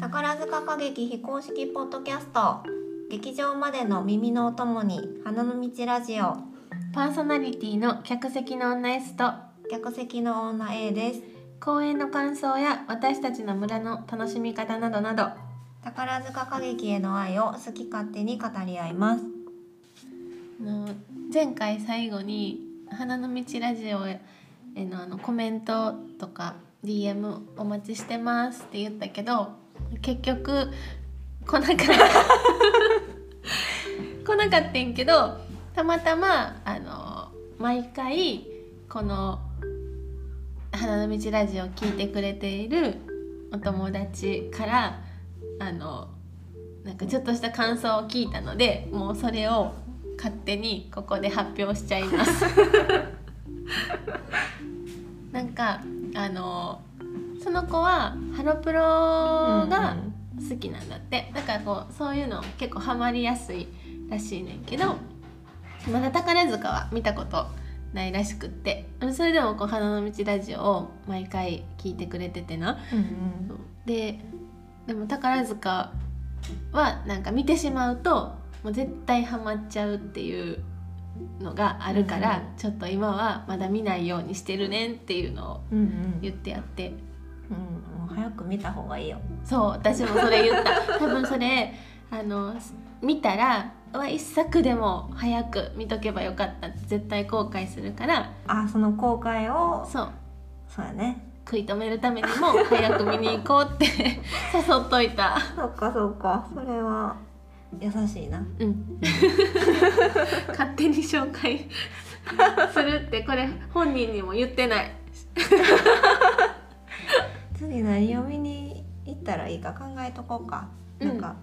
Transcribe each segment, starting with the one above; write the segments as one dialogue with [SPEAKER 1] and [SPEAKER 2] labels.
[SPEAKER 1] 宝塚歌劇非公式ポッドキャスト劇場までの耳のお供に花の道ラジオ
[SPEAKER 2] パーソナリティの客席の女 S と
[SPEAKER 1] 客席の女 A です
[SPEAKER 2] 公演の感想や私たちの村の楽しみ方などなど
[SPEAKER 1] 宝塚歌劇への愛を好き勝手に語り合います
[SPEAKER 2] あの前回最後に「花の道ラジオ」へのあのコメントとか DM お待ちしてますって言ったけど結局来なかった来なかったんけどたまたまあの毎回この「花の道ラジオ」聞いてくれているお友達からあのなんかちょっとした感想を聞いたのでもうそれを勝手にここで発表しちゃいます なんかあのその子はハロプロが好きなんだって、だからこうそういうの結構ハマりやすいらしいねんけどまだ宝塚は見たことないらしくってそれでもこう「花の道ラジオ」を毎回聞いてくれててな
[SPEAKER 1] うん
[SPEAKER 2] ででも宝塚はなんか見てしまうともう絶対ハマっちゃうっていうのがあるから、ちょっと今はまだ見ないようにしてるねんっていうのを
[SPEAKER 1] うんうんうん
[SPEAKER 2] 言ってやって
[SPEAKER 1] うんもう早く見た方がいいよ
[SPEAKER 2] そう私もそれ言った多分それあの見たらうわ一作でも早く見とけばよかったって絶対後悔するから
[SPEAKER 1] あその公開を
[SPEAKER 2] そう
[SPEAKER 1] そうやね
[SPEAKER 2] 食い止めるためにも早く見に行こうって 誘っといた。
[SPEAKER 1] そっかそっかそれは優しいな
[SPEAKER 2] うん、 勝手に紹介するってこれ本人にも言ってない
[SPEAKER 1] 次何を見に行ったらいいか考えとこうか、
[SPEAKER 2] うん
[SPEAKER 1] なんか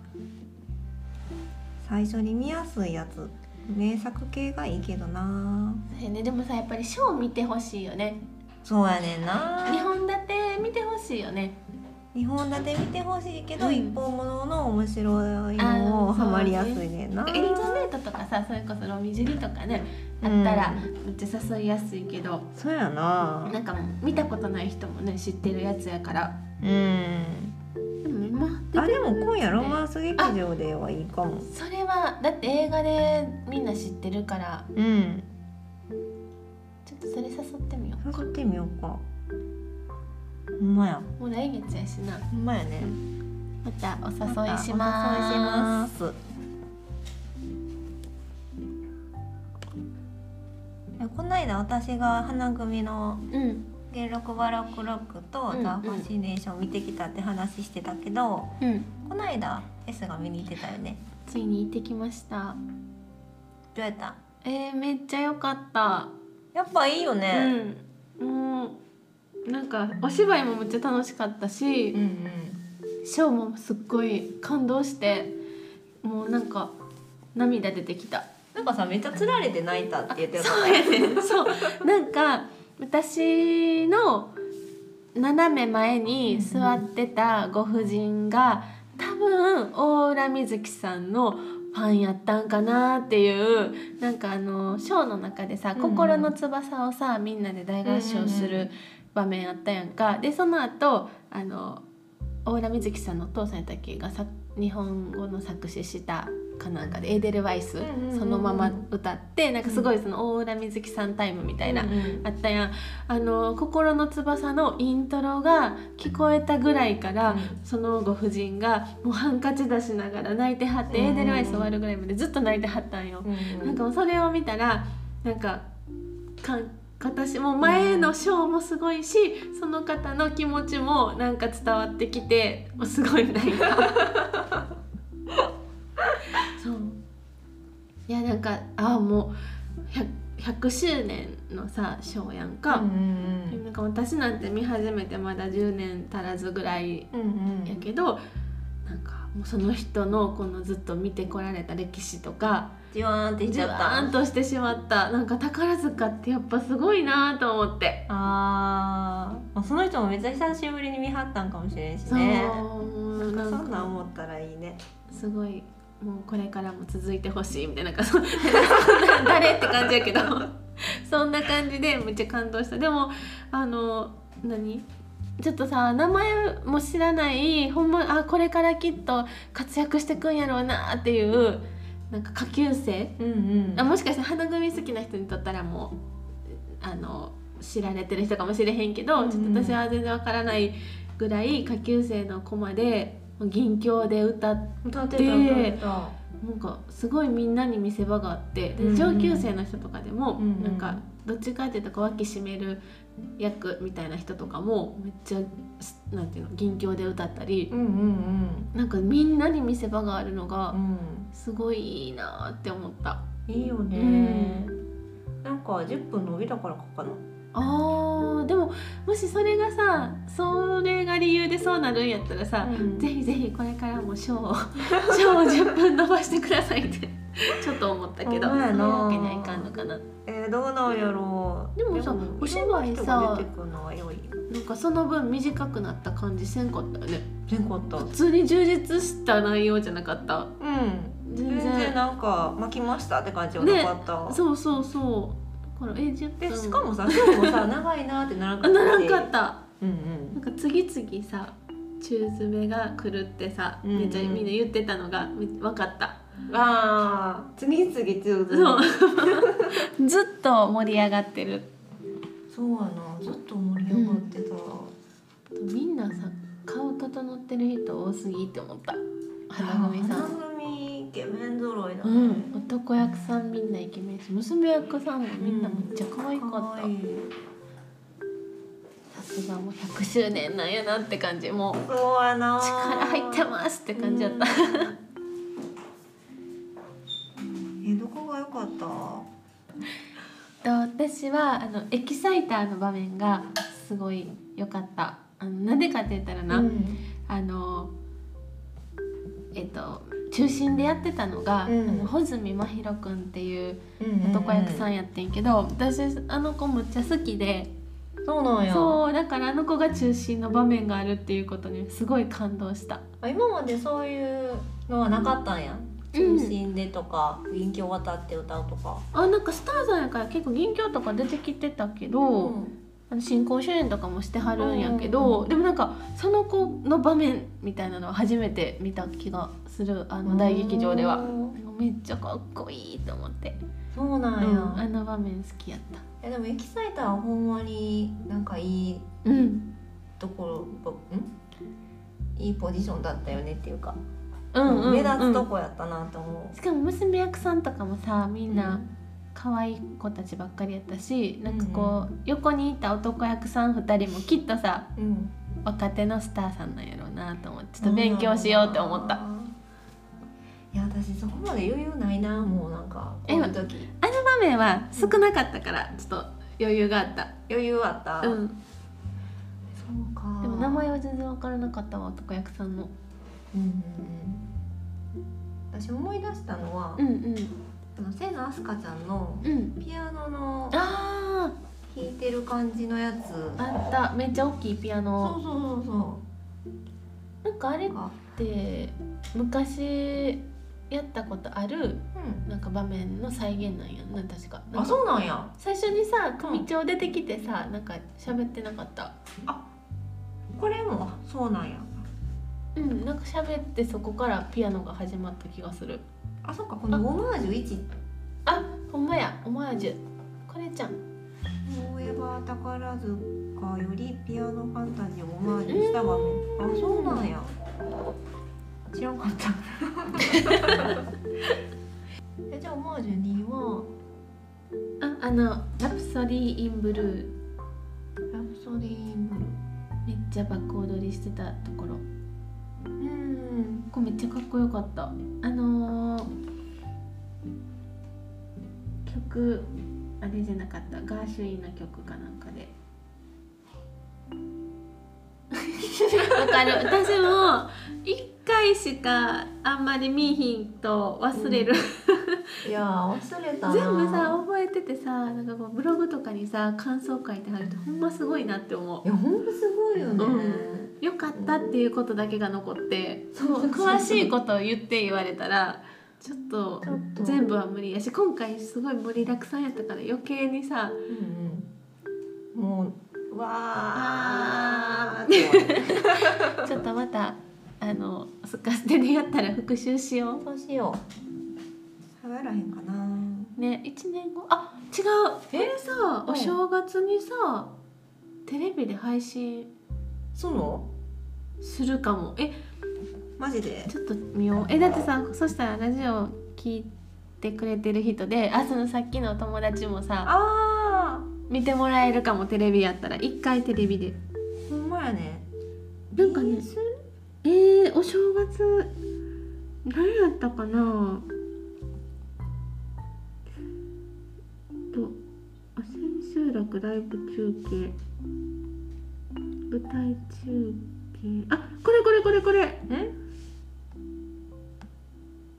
[SPEAKER 1] 最初に見やすいやつ名作系がいいけどな
[SPEAKER 2] ねでもさやっぱりショー見てほしいよね
[SPEAKER 1] そうやねんな
[SPEAKER 2] 2本立て見てほしいよね
[SPEAKER 1] 日本立て見てほしいけど、
[SPEAKER 2] うん
[SPEAKER 1] 一方ものの面白いのも
[SPEAKER 2] あーそうね
[SPEAKER 1] ハマりやすいねんな
[SPEAKER 2] エリザベートとかさそれこそロミジュリとかねあったらめっちゃ誘いやすいけど、
[SPEAKER 1] そうやな
[SPEAKER 2] なんかもう見たことない人もね知ってるやつやから
[SPEAKER 1] うん
[SPEAKER 2] でも今出
[SPEAKER 1] あ
[SPEAKER 2] て
[SPEAKER 1] でも今夜ロマンス劇場ではいいかも
[SPEAKER 2] それはだって映画でみんな知ってるから
[SPEAKER 1] うん
[SPEAKER 2] ちょっとそれ誘ってみようか
[SPEAKER 1] 誘ってみようかほんまや
[SPEAKER 2] もう来月やしな
[SPEAKER 1] ほんまやね
[SPEAKER 2] またお
[SPEAKER 1] お
[SPEAKER 2] 誘いしま
[SPEAKER 1] 誘い
[SPEAKER 2] す
[SPEAKER 1] しますえこの間私が花組の
[SPEAKER 2] うん
[SPEAKER 1] 「元禄バロックロック」と
[SPEAKER 2] うん
[SPEAKER 1] 「
[SPEAKER 2] うん
[SPEAKER 1] ザ・ファシネーション」見てきたって話してたけど、
[SPEAKER 2] うん
[SPEAKER 1] この間 S が見に行ってたよね
[SPEAKER 2] ついに行ってきました
[SPEAKER 1] どうやった
[SPEAKER 2] えー、めっちゃ良かった
[SPEAKER 1] やっぱいいよね、
[SPEAKER 2] うんもうなんかお芝居もめっちゃ楽しかったし、
[SPEAKER 1] うん、うん
[SPEAKER 2] ショーもすっごい感動してもうなんか涙出てきた
[SPEAKER 1] なんかさめっちゃつられて泣いたって言ってた
[SPEAKER 2] そうやねそうなんか私の斜め前に座ってたご婦人が多分大浦瑞希さんのファンやったんかなっていうなんかあのショーの中でさ
[SPEAKER 1] う
[SPEAKER 2] 「
[SPEAKER 1] ん
[SPEAKER 2] 心の翼」をさみんなで大合唱す
[SPEAKER 1] うんうんう
[SPEAKER 2] る場面あったやんかでその後あの大浦瑞希さんのお父さんやったっけがさ日本語の作詞したかなんかでエーデル・ワイス
[SPEAKER 1] うんうんうんうん
[SPEAKER 2] そのまま歌ってなんかすごいその大浦瑞希さんタイムみたいな、あったやんあの「心の翼」のイントロが聞こえたぐらいから、
[SPEAKER 1] うん
[SPEAKER 2] そのご婦人がもうハンカチ出しながら泣いてはって、
[SPEAKER 1] うん
[SPEAKER 2] エーデル・ワイス終わるぐらいまでずっと泣いてはったんよ。
[SPEAKER 1] うん
[SPEAKER 2] なんかもうそれを見たらなんかかん私も前のショーもすごいし、その方の気持ちもなんか伝わってきてもうすごいなんか そういやなんかああもう 100, 100周年のさショーやんか、
[SPEAKER 1] うんうん
[SPEAKER 2] なんか私なんて見始めてまだ10年足らずぐらい
[SPEAKER 1] うんうん
[SPEAKER 2] やけど、なんかもうその人のこのずっと見てこられた歴史とか
[SPEAKER 1] ジュワーンっていっ
[SPEAKER 2] ジ
[SPEAKER 1] ちゃ
[SPEAKER 2] ャ
[SPEAKER 1] っ
[SPEAKER 2] バ
[SPEAKER 1] た
[SPEAKER 2] ーンとしてしまったなんか宝塚ってやっぱすごいなと思って、
[SPEAKER 1] あーまあその人もめっちゃ久しぶりに見張ったんかもしれんし
[SPEAKER 2] そう
[SPEAKER 1] ね
[SPEAKER 2] もう
[SPEAKER 1] なんか
[SPEAKER 2] な
[SPEAKER 1] そ
[SPEAKER 2] ん
[SPEAKER 1] んなん
[SPEAKER 2] か
[SPEAKER 1] 思ったらいいね
[SPEAKER 2] すごいもうこれからも続いてほしいみたいななんかそなん か誰って感じやけどそんな感じでめっちゃ感動したでもあの何ちょっとさ名前も知らないほんまあこれからきっと活躍してくんやろうなっていうなんか下級生
[SPEAKER 1] うんうん
[SPEAKER 2] あもしかして花組好きな人にとったらもうあの知られてる人かもしれへんけど、
[SPEAKER 1] うんうん
[SPEAKER 2] ちょっと私は全然わからないぐらい下級生の子まで銀鏡で歌って
[SPEAKER 1] 歌ってた歌ってた
[SPEAKER 2] なんかすごいみんなに見せ場があって、で
[SPEAKER 1] うんうん
[SPEAKER 2] 上級生の人とかでも、
[SPEAKER 1] うんうん
[SPEAKER 2] なんかどっちかっていうとこう脇締める役みたいな人とかもめっちゃすなんていうの銀鏡で歌ったり
[SPEAKER 1] うんうんうん
[SPEAKER 2] なんかみんなに見せ場があるの
[SPEAKER 1] う
[SPEAKER 2] が
[SPEAKER 1] ん
[SPEAKER 2] すごいいいなって思った。
[SPEAKER 1] いいよね、なんか10分伸びたからかかな
[SPEAKER 2] あーでももしそれがさそれが理由でそうなるんやったらさ、
[SPEAKER 1] うん
[SPEAKER 2] ぜひぜひこれからも賞 を賞を10分伸ばしてくださいってちょっと思ったけど
[SPEAKER 1] ほんまやな
[SPEAKER 2] そういうわけにはいかんのかな
[SPEAKER 1] えー、どうなんやろう
[SPEAKER 2] でもさお芝
[SPEAKER 1] いろ
[SPEAKER 2] 居さ
[SPEAKER 1] んな人が出てくるのは良い
[SPEAKER 2] なんかその分短くなった感じせんかったよね
[SPEAKER 1] 全国あった
[SPEAKER 2] 普通に充実した内容じゃなかった
[SPEAKER 1] うん
[SPEAKER 2] 全
[SPEAKER 1] 全
[SPEAKER 2] 然
[SPEAKER 1] 然なんか巻きましたって感じはなかった、
[SPEAKER 2] そうそうそうだからえ10分
[SPEAKER 1] でしかもさ今日もさ長いなってならんか
[SPEAKER 2] あ
[SPEAKER 1] った
[SPEAKER 2] な
[SPEAKER 1] し
[SPEAKER 2] ら んかった
[SPEAKER 1] うん
[SPEAKER 2] なんか次々さ中詰めが来るってさ、
[SPEAKER 1] うんうん
[SPEAKER 2] めっちゃみんな言ってたのがめ分かった
[SPEAKER 1] うんあー次々強く
[SPEAKER 2] そうずっと盛り上がってる
[SPEAKER 1] そうやなずっと盛り上がってた、
[SPEAKER 2] みんなさ顔整ってる人多すぎって思った花
[SPEAKER 1] 花
[SPEAKER 2] 組
[SPEAKER 1] 組
[SPEAKER 2] さ
[SPEAKER 1] さん
[SPEAKER 2] ん
[SPEAKER 1] 花組イケメン揃いだ
[SPEAKER 2] う
[SPEAKER 1] ね、
[SPEAKER 2] ん、男役さんみんなイケメンし娘役さんもみんなめっちゃ可愛か
[SPEAKER 1] 可
[SPEAKER 2] った、
[SPEAKER 1] 愛い
[SPEAKER 2] さすがもう100周年なんやなって感じもう
[SPEAKER 1] そうやな
[SPEAKER 2] 力入ってますって感じだった、
[SPEAKER 1] うんえどこが良かった
[SPEAKER 2] と私はあのエキサイターの場面がすごい良かったあのなんでかって言ったらな、
[SPEAKER 1] うん
[SPEAKER 2] あのえっと中心でやってたのが、
[SPEAKER 1] うん
[SPEAKER 2] あの穂積真弘君っていう
[SPEAKER 1] うんうんうん
[SPEAKER 2] 男役さんやってんけど、私あの子むっちゃ好きで
[SPEAKER 1] そうなんや
[SPEAKER 2] そうだからあの子が中心の場面があるっていうことにすごい感動した
[SPEAKER 1] あ今までそういうのはなかったんや中心でとか人気を渡って歌うとか、
[SPEAKER 2] あなんかスターさんやから結構銀鏡とか出てきてたけど、
[SPEAKER 1] うん
[SPEAKER 2] あの進行主演とかもしてはるんやけど、でもなんかその子の場面みたいなのは初めて見た気がするあの大劇場では。めっちゃかっこいいと思って、
[SPEAKER 1] そうなんや、
[SPEAKER 2] うんあの場面好きやった。
[SPEAKER 1] えでもエキサイターはほんまになんかいい
[SPEAKER 2] うん、
[SPEAKER 1] ところばんいいポジションだったよねっていうか、
[SPEAKER 2] うんうんうん
[SPEAKER 1] 目立つとこやったなと思
[SPEAKER 2] しかも娘役さんとかもさみ
[SPEAKER 1] う、
[SPEAKER 2] んな可愛い子たちばっかりやったし、なんかこう横にいた男役さん2人もきっとさ
[SPEAKER 1] うん
[SPEAKER 2] 若手のスターさんなんやろうなと思ってちょっと勉強しようって思った。
[SPEAKER 1] いや私そこまで余裕ないなもうなんか
[SPEAKER 2] え
[SPEAKER 1] この時
[SPEAKER 2] あの場面は少なかったからちょっと余裕があった。
[SPEAKER 1] 余裕あった、
[SPEAKER 2] うん
[SPEAKER 1] そうか
[SPEAKER 2] でも名前は全然わからなかったわ男役さんの。
[SPEAKER 1] うんうんうん私思い出したのは、
[SPEAKER 2] んうん
[SPEAKER 1] あの清野飛鳥ちゃんの
[SPEAKER 2] うん。
[SPEAKER 1] ピアノの
[SPEAKER 2] あ
[SPEAKER 1] 弾いてる感じのやつ
[SPEAKER 2] ああっためっちゃ大きいピア
[SPEAKER 1] そう
[SPEAKER 2] ノ。
[SPEAKER 1] そうそうそ
[SPEAKER 2] なんかあれっ
[SPEAKER 1] うあ
[SPEAKER 2] て昔やったことある
[SPEAKER 1] うん
[SPEAKER 2] なんか場面の再現なんやんな確か。
[SPEAKER 1] あ
[SPEAKER 2] う。
[SPEAKER 1] そうなんや
[SPEAKER 2] 最初にさ組長出てきてさなんか喋ってなかった。
[SPEAKER 1] これもそうなんや
[SPEAKER 2] うんなんか喋ってそこからピアノが始まった気がする。
[SPEAKER 1] あそっかこの
[SPEAKER 2] あ
[SPEAKER 1] オマージュ1
[SPEAKER 2] あほんまやオマージュこれじゃん。
[SPEAKER 1] そういえば宝塚よりピアノファンタジーをオマージュした場面あそうなんや知らんかった えじゃあオマージュ2は
[SPEAKER 2] ああのラプソディーインブルー。
[SPEAKER 1] ラプソディー・インブル
[SPEAKER 2] めっちゃバック踊りしてたところ
[SPEAKER 1] うん
[SPEAKER 2] これめっちゃかっこよかったあのー、曲あれじゃなかったガーシュウィンの曲かなんかで わかる私も一回しかあんまり見いひんと忘れる、
[SPEAKER 1] いやー忘れたな
[SPEAKER 2] 全部さ覚えててさなんかこうブログとかにさ感想書いてあるとほんますごいなって思う
[SPEAKER 1] いやほんとすごいよね、
[SPEAKER 2] うん良かったっていうことだけが残って、
[SPEAKER 1] そう
[SPEAKER 2] そう詳しいことを言って言われたらちょっと
[SPEAKER 1] ちょっと
[SPEAKER 2] 全部は無理やし今回すごい盛りだくさんやったから余計にさ
[SPEAKER 1] うんうんもうわーって終わる
[SPEAKER 2] ちょっとまたあのスカステでやったら復習しよ
[SPEAKER 1] そうしよう流行らへんかな
[SPEAKER 2] うね1年後あ違うこれさ
[SPEAKER 1] うん
[SPEAKER 2] お正月にさテレビで配信
[SPEAKER 1] その
[SPEAKER 2] するかもえ
[SPEAKER 1] マジで
[SPEAKER 2] ちょっと見ようえだってさそしたらラジオ聞いてくれてる人であそのさっきのお友達もさ
[SPEAKER 1] あ
[SPEAKER 2] 見てもらえるかもテレビやったら一回テレビで
[SPEAKER 1] ーほんまやね
[SPEAKER 2] なんかね
[SPEAKER 1] BS
[SPEAKER 2] えー、お正月何やったかなとあ千秋楽ライブ中継舞台中継あこれこれこれこれ
[SPEAKER 1] ん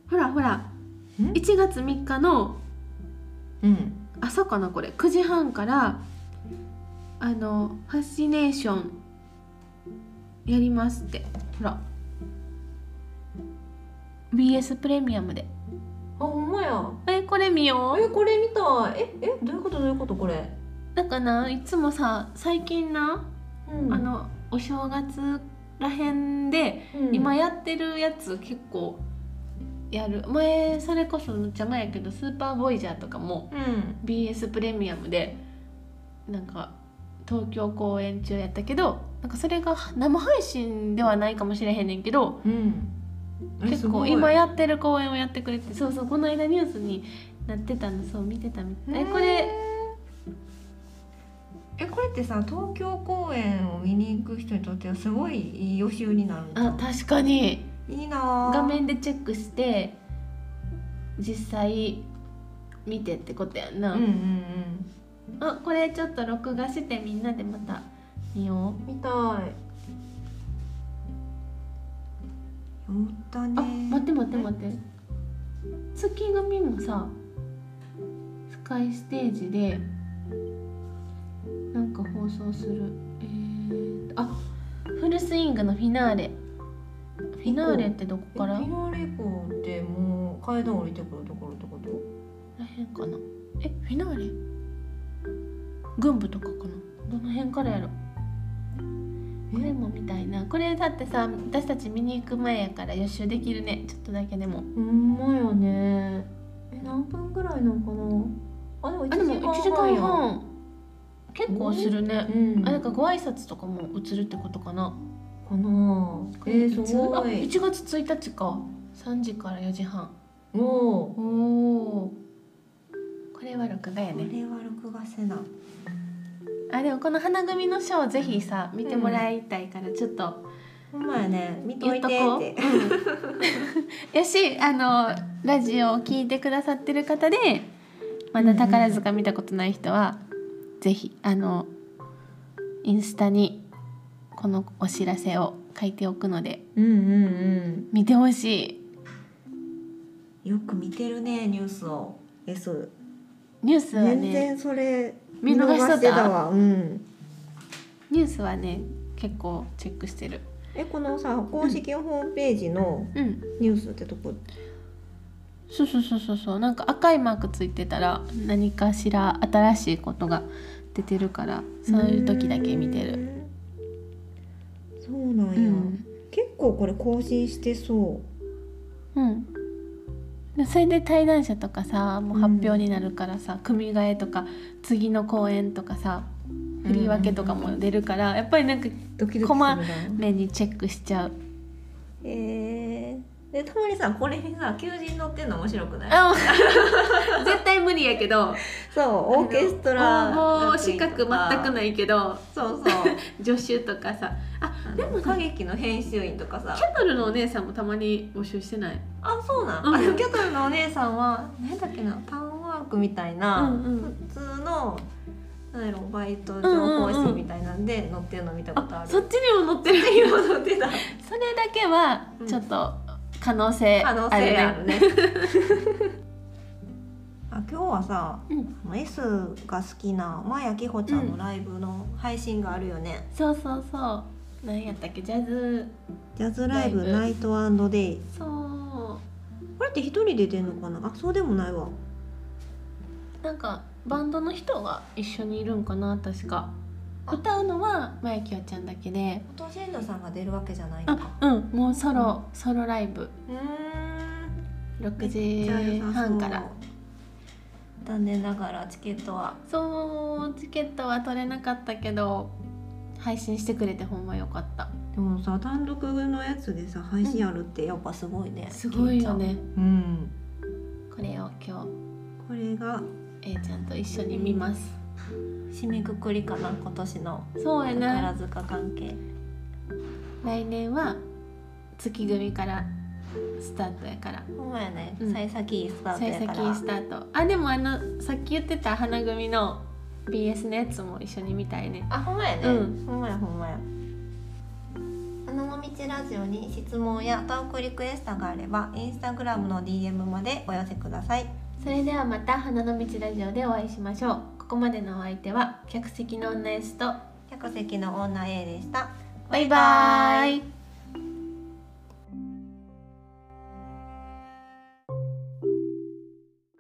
[SPEAKER 2] ほらほら
[SPEAKER 1] ん
[SPEAKER 2] 1月3日の
[SPEAKER 1] うん
[SPEAKER 2] 朝かなこれ9時半からあのファシネーションやりますってほら BS プレミアムで
[SPEAKER 1] あほんまや
[SPEAKER 2] えこれ見よ
[SPEAKER 1] えこれ見たいええどういうことどういうことこれ、
[SPEAKER 2] うなんかないつもさ最近な、
[SPEAKER 1] うん
[SPEAKER 2] あ、のお正月らへんで、
[SPEAKER 1] うん
[SPEAKER 2] 今やってるやつ結構やる前それこそめっちゃ前やけど「スーパーボイジャー」とかも
[SPEAKER 1] うん
[SPEAKER 2] BS プレミアムでなんか東京公演中やったけどなんかそれが生配信ではないかもしれへんねんけど
[SPEAKER 1] うんえ
[SPEAKER 2] 結
[SPEAKER 1] すご
[SPEAKER 2] 構
[SPEAKER 1] い
[SPEAKER 2] 今やってる公演をやってくれてそうそうこの間ニュースになってたのそう見てたみたいえこれ
[SPEAKER 1] えこれってさ東京公演を見に行く人にとってはすごいいい予習になるんだ
[SPEAKER 2] あ確かに
[SPEAKER 1] いいなあ
[SPEAKER 2] 画面でチェックして実際見てってことやんな、
[SPEAKER 1] うんうん
[SPEAKER 2] あこれちょっと録画してみんなでまた見よ
[SPEAKER 1] うん見たい酔った
[SPEAKER 2] うあ
[SPEAKER 1] ね
[SPEAKER 2] 待って待って待って月組もさスカイステージでなんか放送するえー、あフルスイングのフィナーレフィナーレってどこ
[SPEAKER 1] え
[SPEAKER 2] から
[SPEAKER 1] ピノレコってもう階段降りてくるところってこと
[SPEAKER 2] らへんかなえフィナーレ軍部とかかなどの辺からやろこれもみたいなこれだってさ私たち見に行く前やから予習できるねちょっとだけでも
[SPEAKER 1] ほんまよねえ何分ぐらいなんかなあでも
[SPEAKER 2] あでも1
[SPEAKER 1] 1
[SPEAKER 2] 時
[SPEAKER 1] 時間半
[SPEAKER 2] 間
[SPEAKER 1] や
[SPEAKER 2] 半結構するね
[SPEAKER 1] うん
[SPEAKER 2] あなんかご挨拶とかも映るってことかな
[SPEAKER 1] かなあえー、す
[SPEAKER 2] あ
[SPEAKER 1] ごい
[SPEAKER 2] 1月1日か3時から4時半
[SPEAKER 1] もう
[SPEAKER 2] おおこれは録画や
[SPEAKER 1] こ
[SPEAKER 2] ね
[SPEAKER 1] れは録画せな
[SPEAKER 2] あでもこの花組のショーぜひさ見てもらいたいからちょっと、
[SPEAKER 1] ほんまやね見と
[SPEAKER 2] 言
[SPEAKER 1] い
[SPEAKER 2] ってと
[SPEAKER 1] っ
[SPEAKER 2] こう。
[SPEAKER 1] て
[SPEAKER 2] よし、あのラジオを聞いてくださってる方で、まだ宝塚見たことない人は、ぜひあのインスタにこのお知らせを書いておくので
[SPEAKER 1] うんうんうん
[SPEAKER 2] 見てほしい。
[SPEAKER 1] よく見てるねニュースを S
[SPEAKER 2] ニュースは
[SPEAKER 1] 全
[SPEAKER 2] ね、
[SPEAKER 1] 然それ
[SPEAKER 2] 見逃しとっ
[SPEAKER 1] 見
[SPEAKER 2] た
[SPEAKER 1] わうん
[SPEAKER 2] ニュースはね結構チェックしてる。
[SPEAKER 1] えこのさ公式ホームページの
[SPEAKER 2] うん。
[SPEAKER 1] ニュースってとこ
[SPEAKER 2] そうそうそうそうそうなんか赤いマークついてたら何かしら新しいことが出てるからそういう時だけ見てる。
[SPEAKER 1] うーんそうなん
[SPEAKER 2] う
[SPEAKER 1] や、
[SPEAKER 2] ん
[SPEAKER 1] 結構これ更新してそう
[SPEAKER 2] うん、でそれで対談者とかさもう発表になるからさ、組替えとか次の公演とかさ振り分けとかも出るから、やっぱりなんか
[SPEAKER 1] ドキドキする
[SPEAKER 2] コマ
[SPEAKER 1] な
[SPEAKER 2] 目にチェックしちゃう
[SPEAKER 1] えー、でたまにさこれにさ求人乗ってんの面白くない
[SPEAKER 2] あ 絶対無理やけ ど
[SPEAKER 1] そうオーケストラ
[SPEAKER 2] もう資格全く
[SPEAKER 1] い
[SPEAKER 2] ないけど
[SPEAKER 1] そうそう
[SPEAKER 2] 助手とかさあ
[SPEAKER 1] あの
[SPEAKER 2] でも
[SPEAKER 1] 歌
[SPEAKER 2] さ
[SPEAKER 1] 劇の編集員とかさ
[SPEAKER 2] キャトルのお姉さんもたまに募集してない
[SPEAKER 1] あそうなん、
[SPEAKER 2] うん
[SPEAKER 1] あでもキャトルのお姉さんは何だっけなパンワークみたいな、
[SPEAKER 2] うんうん
[SPEAKER 1] 普通の何やろバイト情報誌みたいなんで載ってるの見たことあ
[SPEAKER 2] あ
[SPEAKER 1] る、
[SPEAKER 2] そっちにも載ってる
[SPEAKER 1] 今載ってた
[SPEAKER 2] それだけは
[SPEAKER 1] うん
[SPEAKER 2] ちょっと可能性
[SPEAKER 1] 可
[SPEAKER 2] ある
[SPEAKER 1] 能
[SPEAKER 2] ね
[SPEAKER 1] 性あるね あ今日はさ、
[SPEAKER 2] うん
[SPEAKER 1] あの S が好きなまやきほちゃんのライブの配信があるよね、
[SPEAKER 2] そうそうそう何やったっけジャズ
[SPEAKER 1] ジャズライブ
[SPEAKER 2] ライブ
[SPEAKER 1] ナイトデイ
[SPEAKER 2] そ
[SPEAKER 1] これって一人で出んのかなあそうでもないわ
[SPEAKER 2] うなんかバンドの人が一緒にいるんかな確か歌うのはまやきよちゃんだけで
[SPEAKER 1] 落としさんが出るわけじゃないのか
[SPEAKER 2] あうんもうソロ、ソロライブ
[SPEAKER 1] うーん
[SPEAKER 2] 6時半から
[SPEAKER 1] 残念ながらチケットは
[SPEAKER 2] そうチケットは取れなかったけど配信してくれてほんまよかった
[SPEAKER 1] でもさ単独のやつでさ配信やるってやっぱすごいね、
[SPEAKER 2] すごいよね
[SPEAKER 1] うん
[SPEAKER 2] これを今
[SPEAKER 1] これが
[SPEAKER 2] 日 A ちゃんと一緒に見ます
[SPEAKER 1] 締めくくりかな今年の
[SPEAKER 2] そうやな
[SPEAKER 1] 宝塚関係
[SPEAKER 2] 来年は月組からスタートやから
[SPEAKER 1] ほんまやね、
[SPEAKER 2] うん
[SPEAKER 1] 幸先いいスタート
[SPEAKER 2] 最
[SPEAKER 1] や
[SPEAKER 2] 先
[SPEAKER 1] から
[SPEAKER 2] スタートあでもあのさっき言ってた花組の BS のやつも一緒に見たいね
[SPEAKER 1] あほんまやね、
[SPEAKER 2] う
[SPEAKER 1] ほんまやほんまや花の道ラジオに質問やトークリクエストがあればインスタグラムの DM までお寄せください
[SPEAKER 2] それではまた花の道ラジオでお会いしましょうここまでのお相手は客席の女 S と
[SPEAKER 1] 客席の女 A でした
[SPEAKER 2] バイバーイ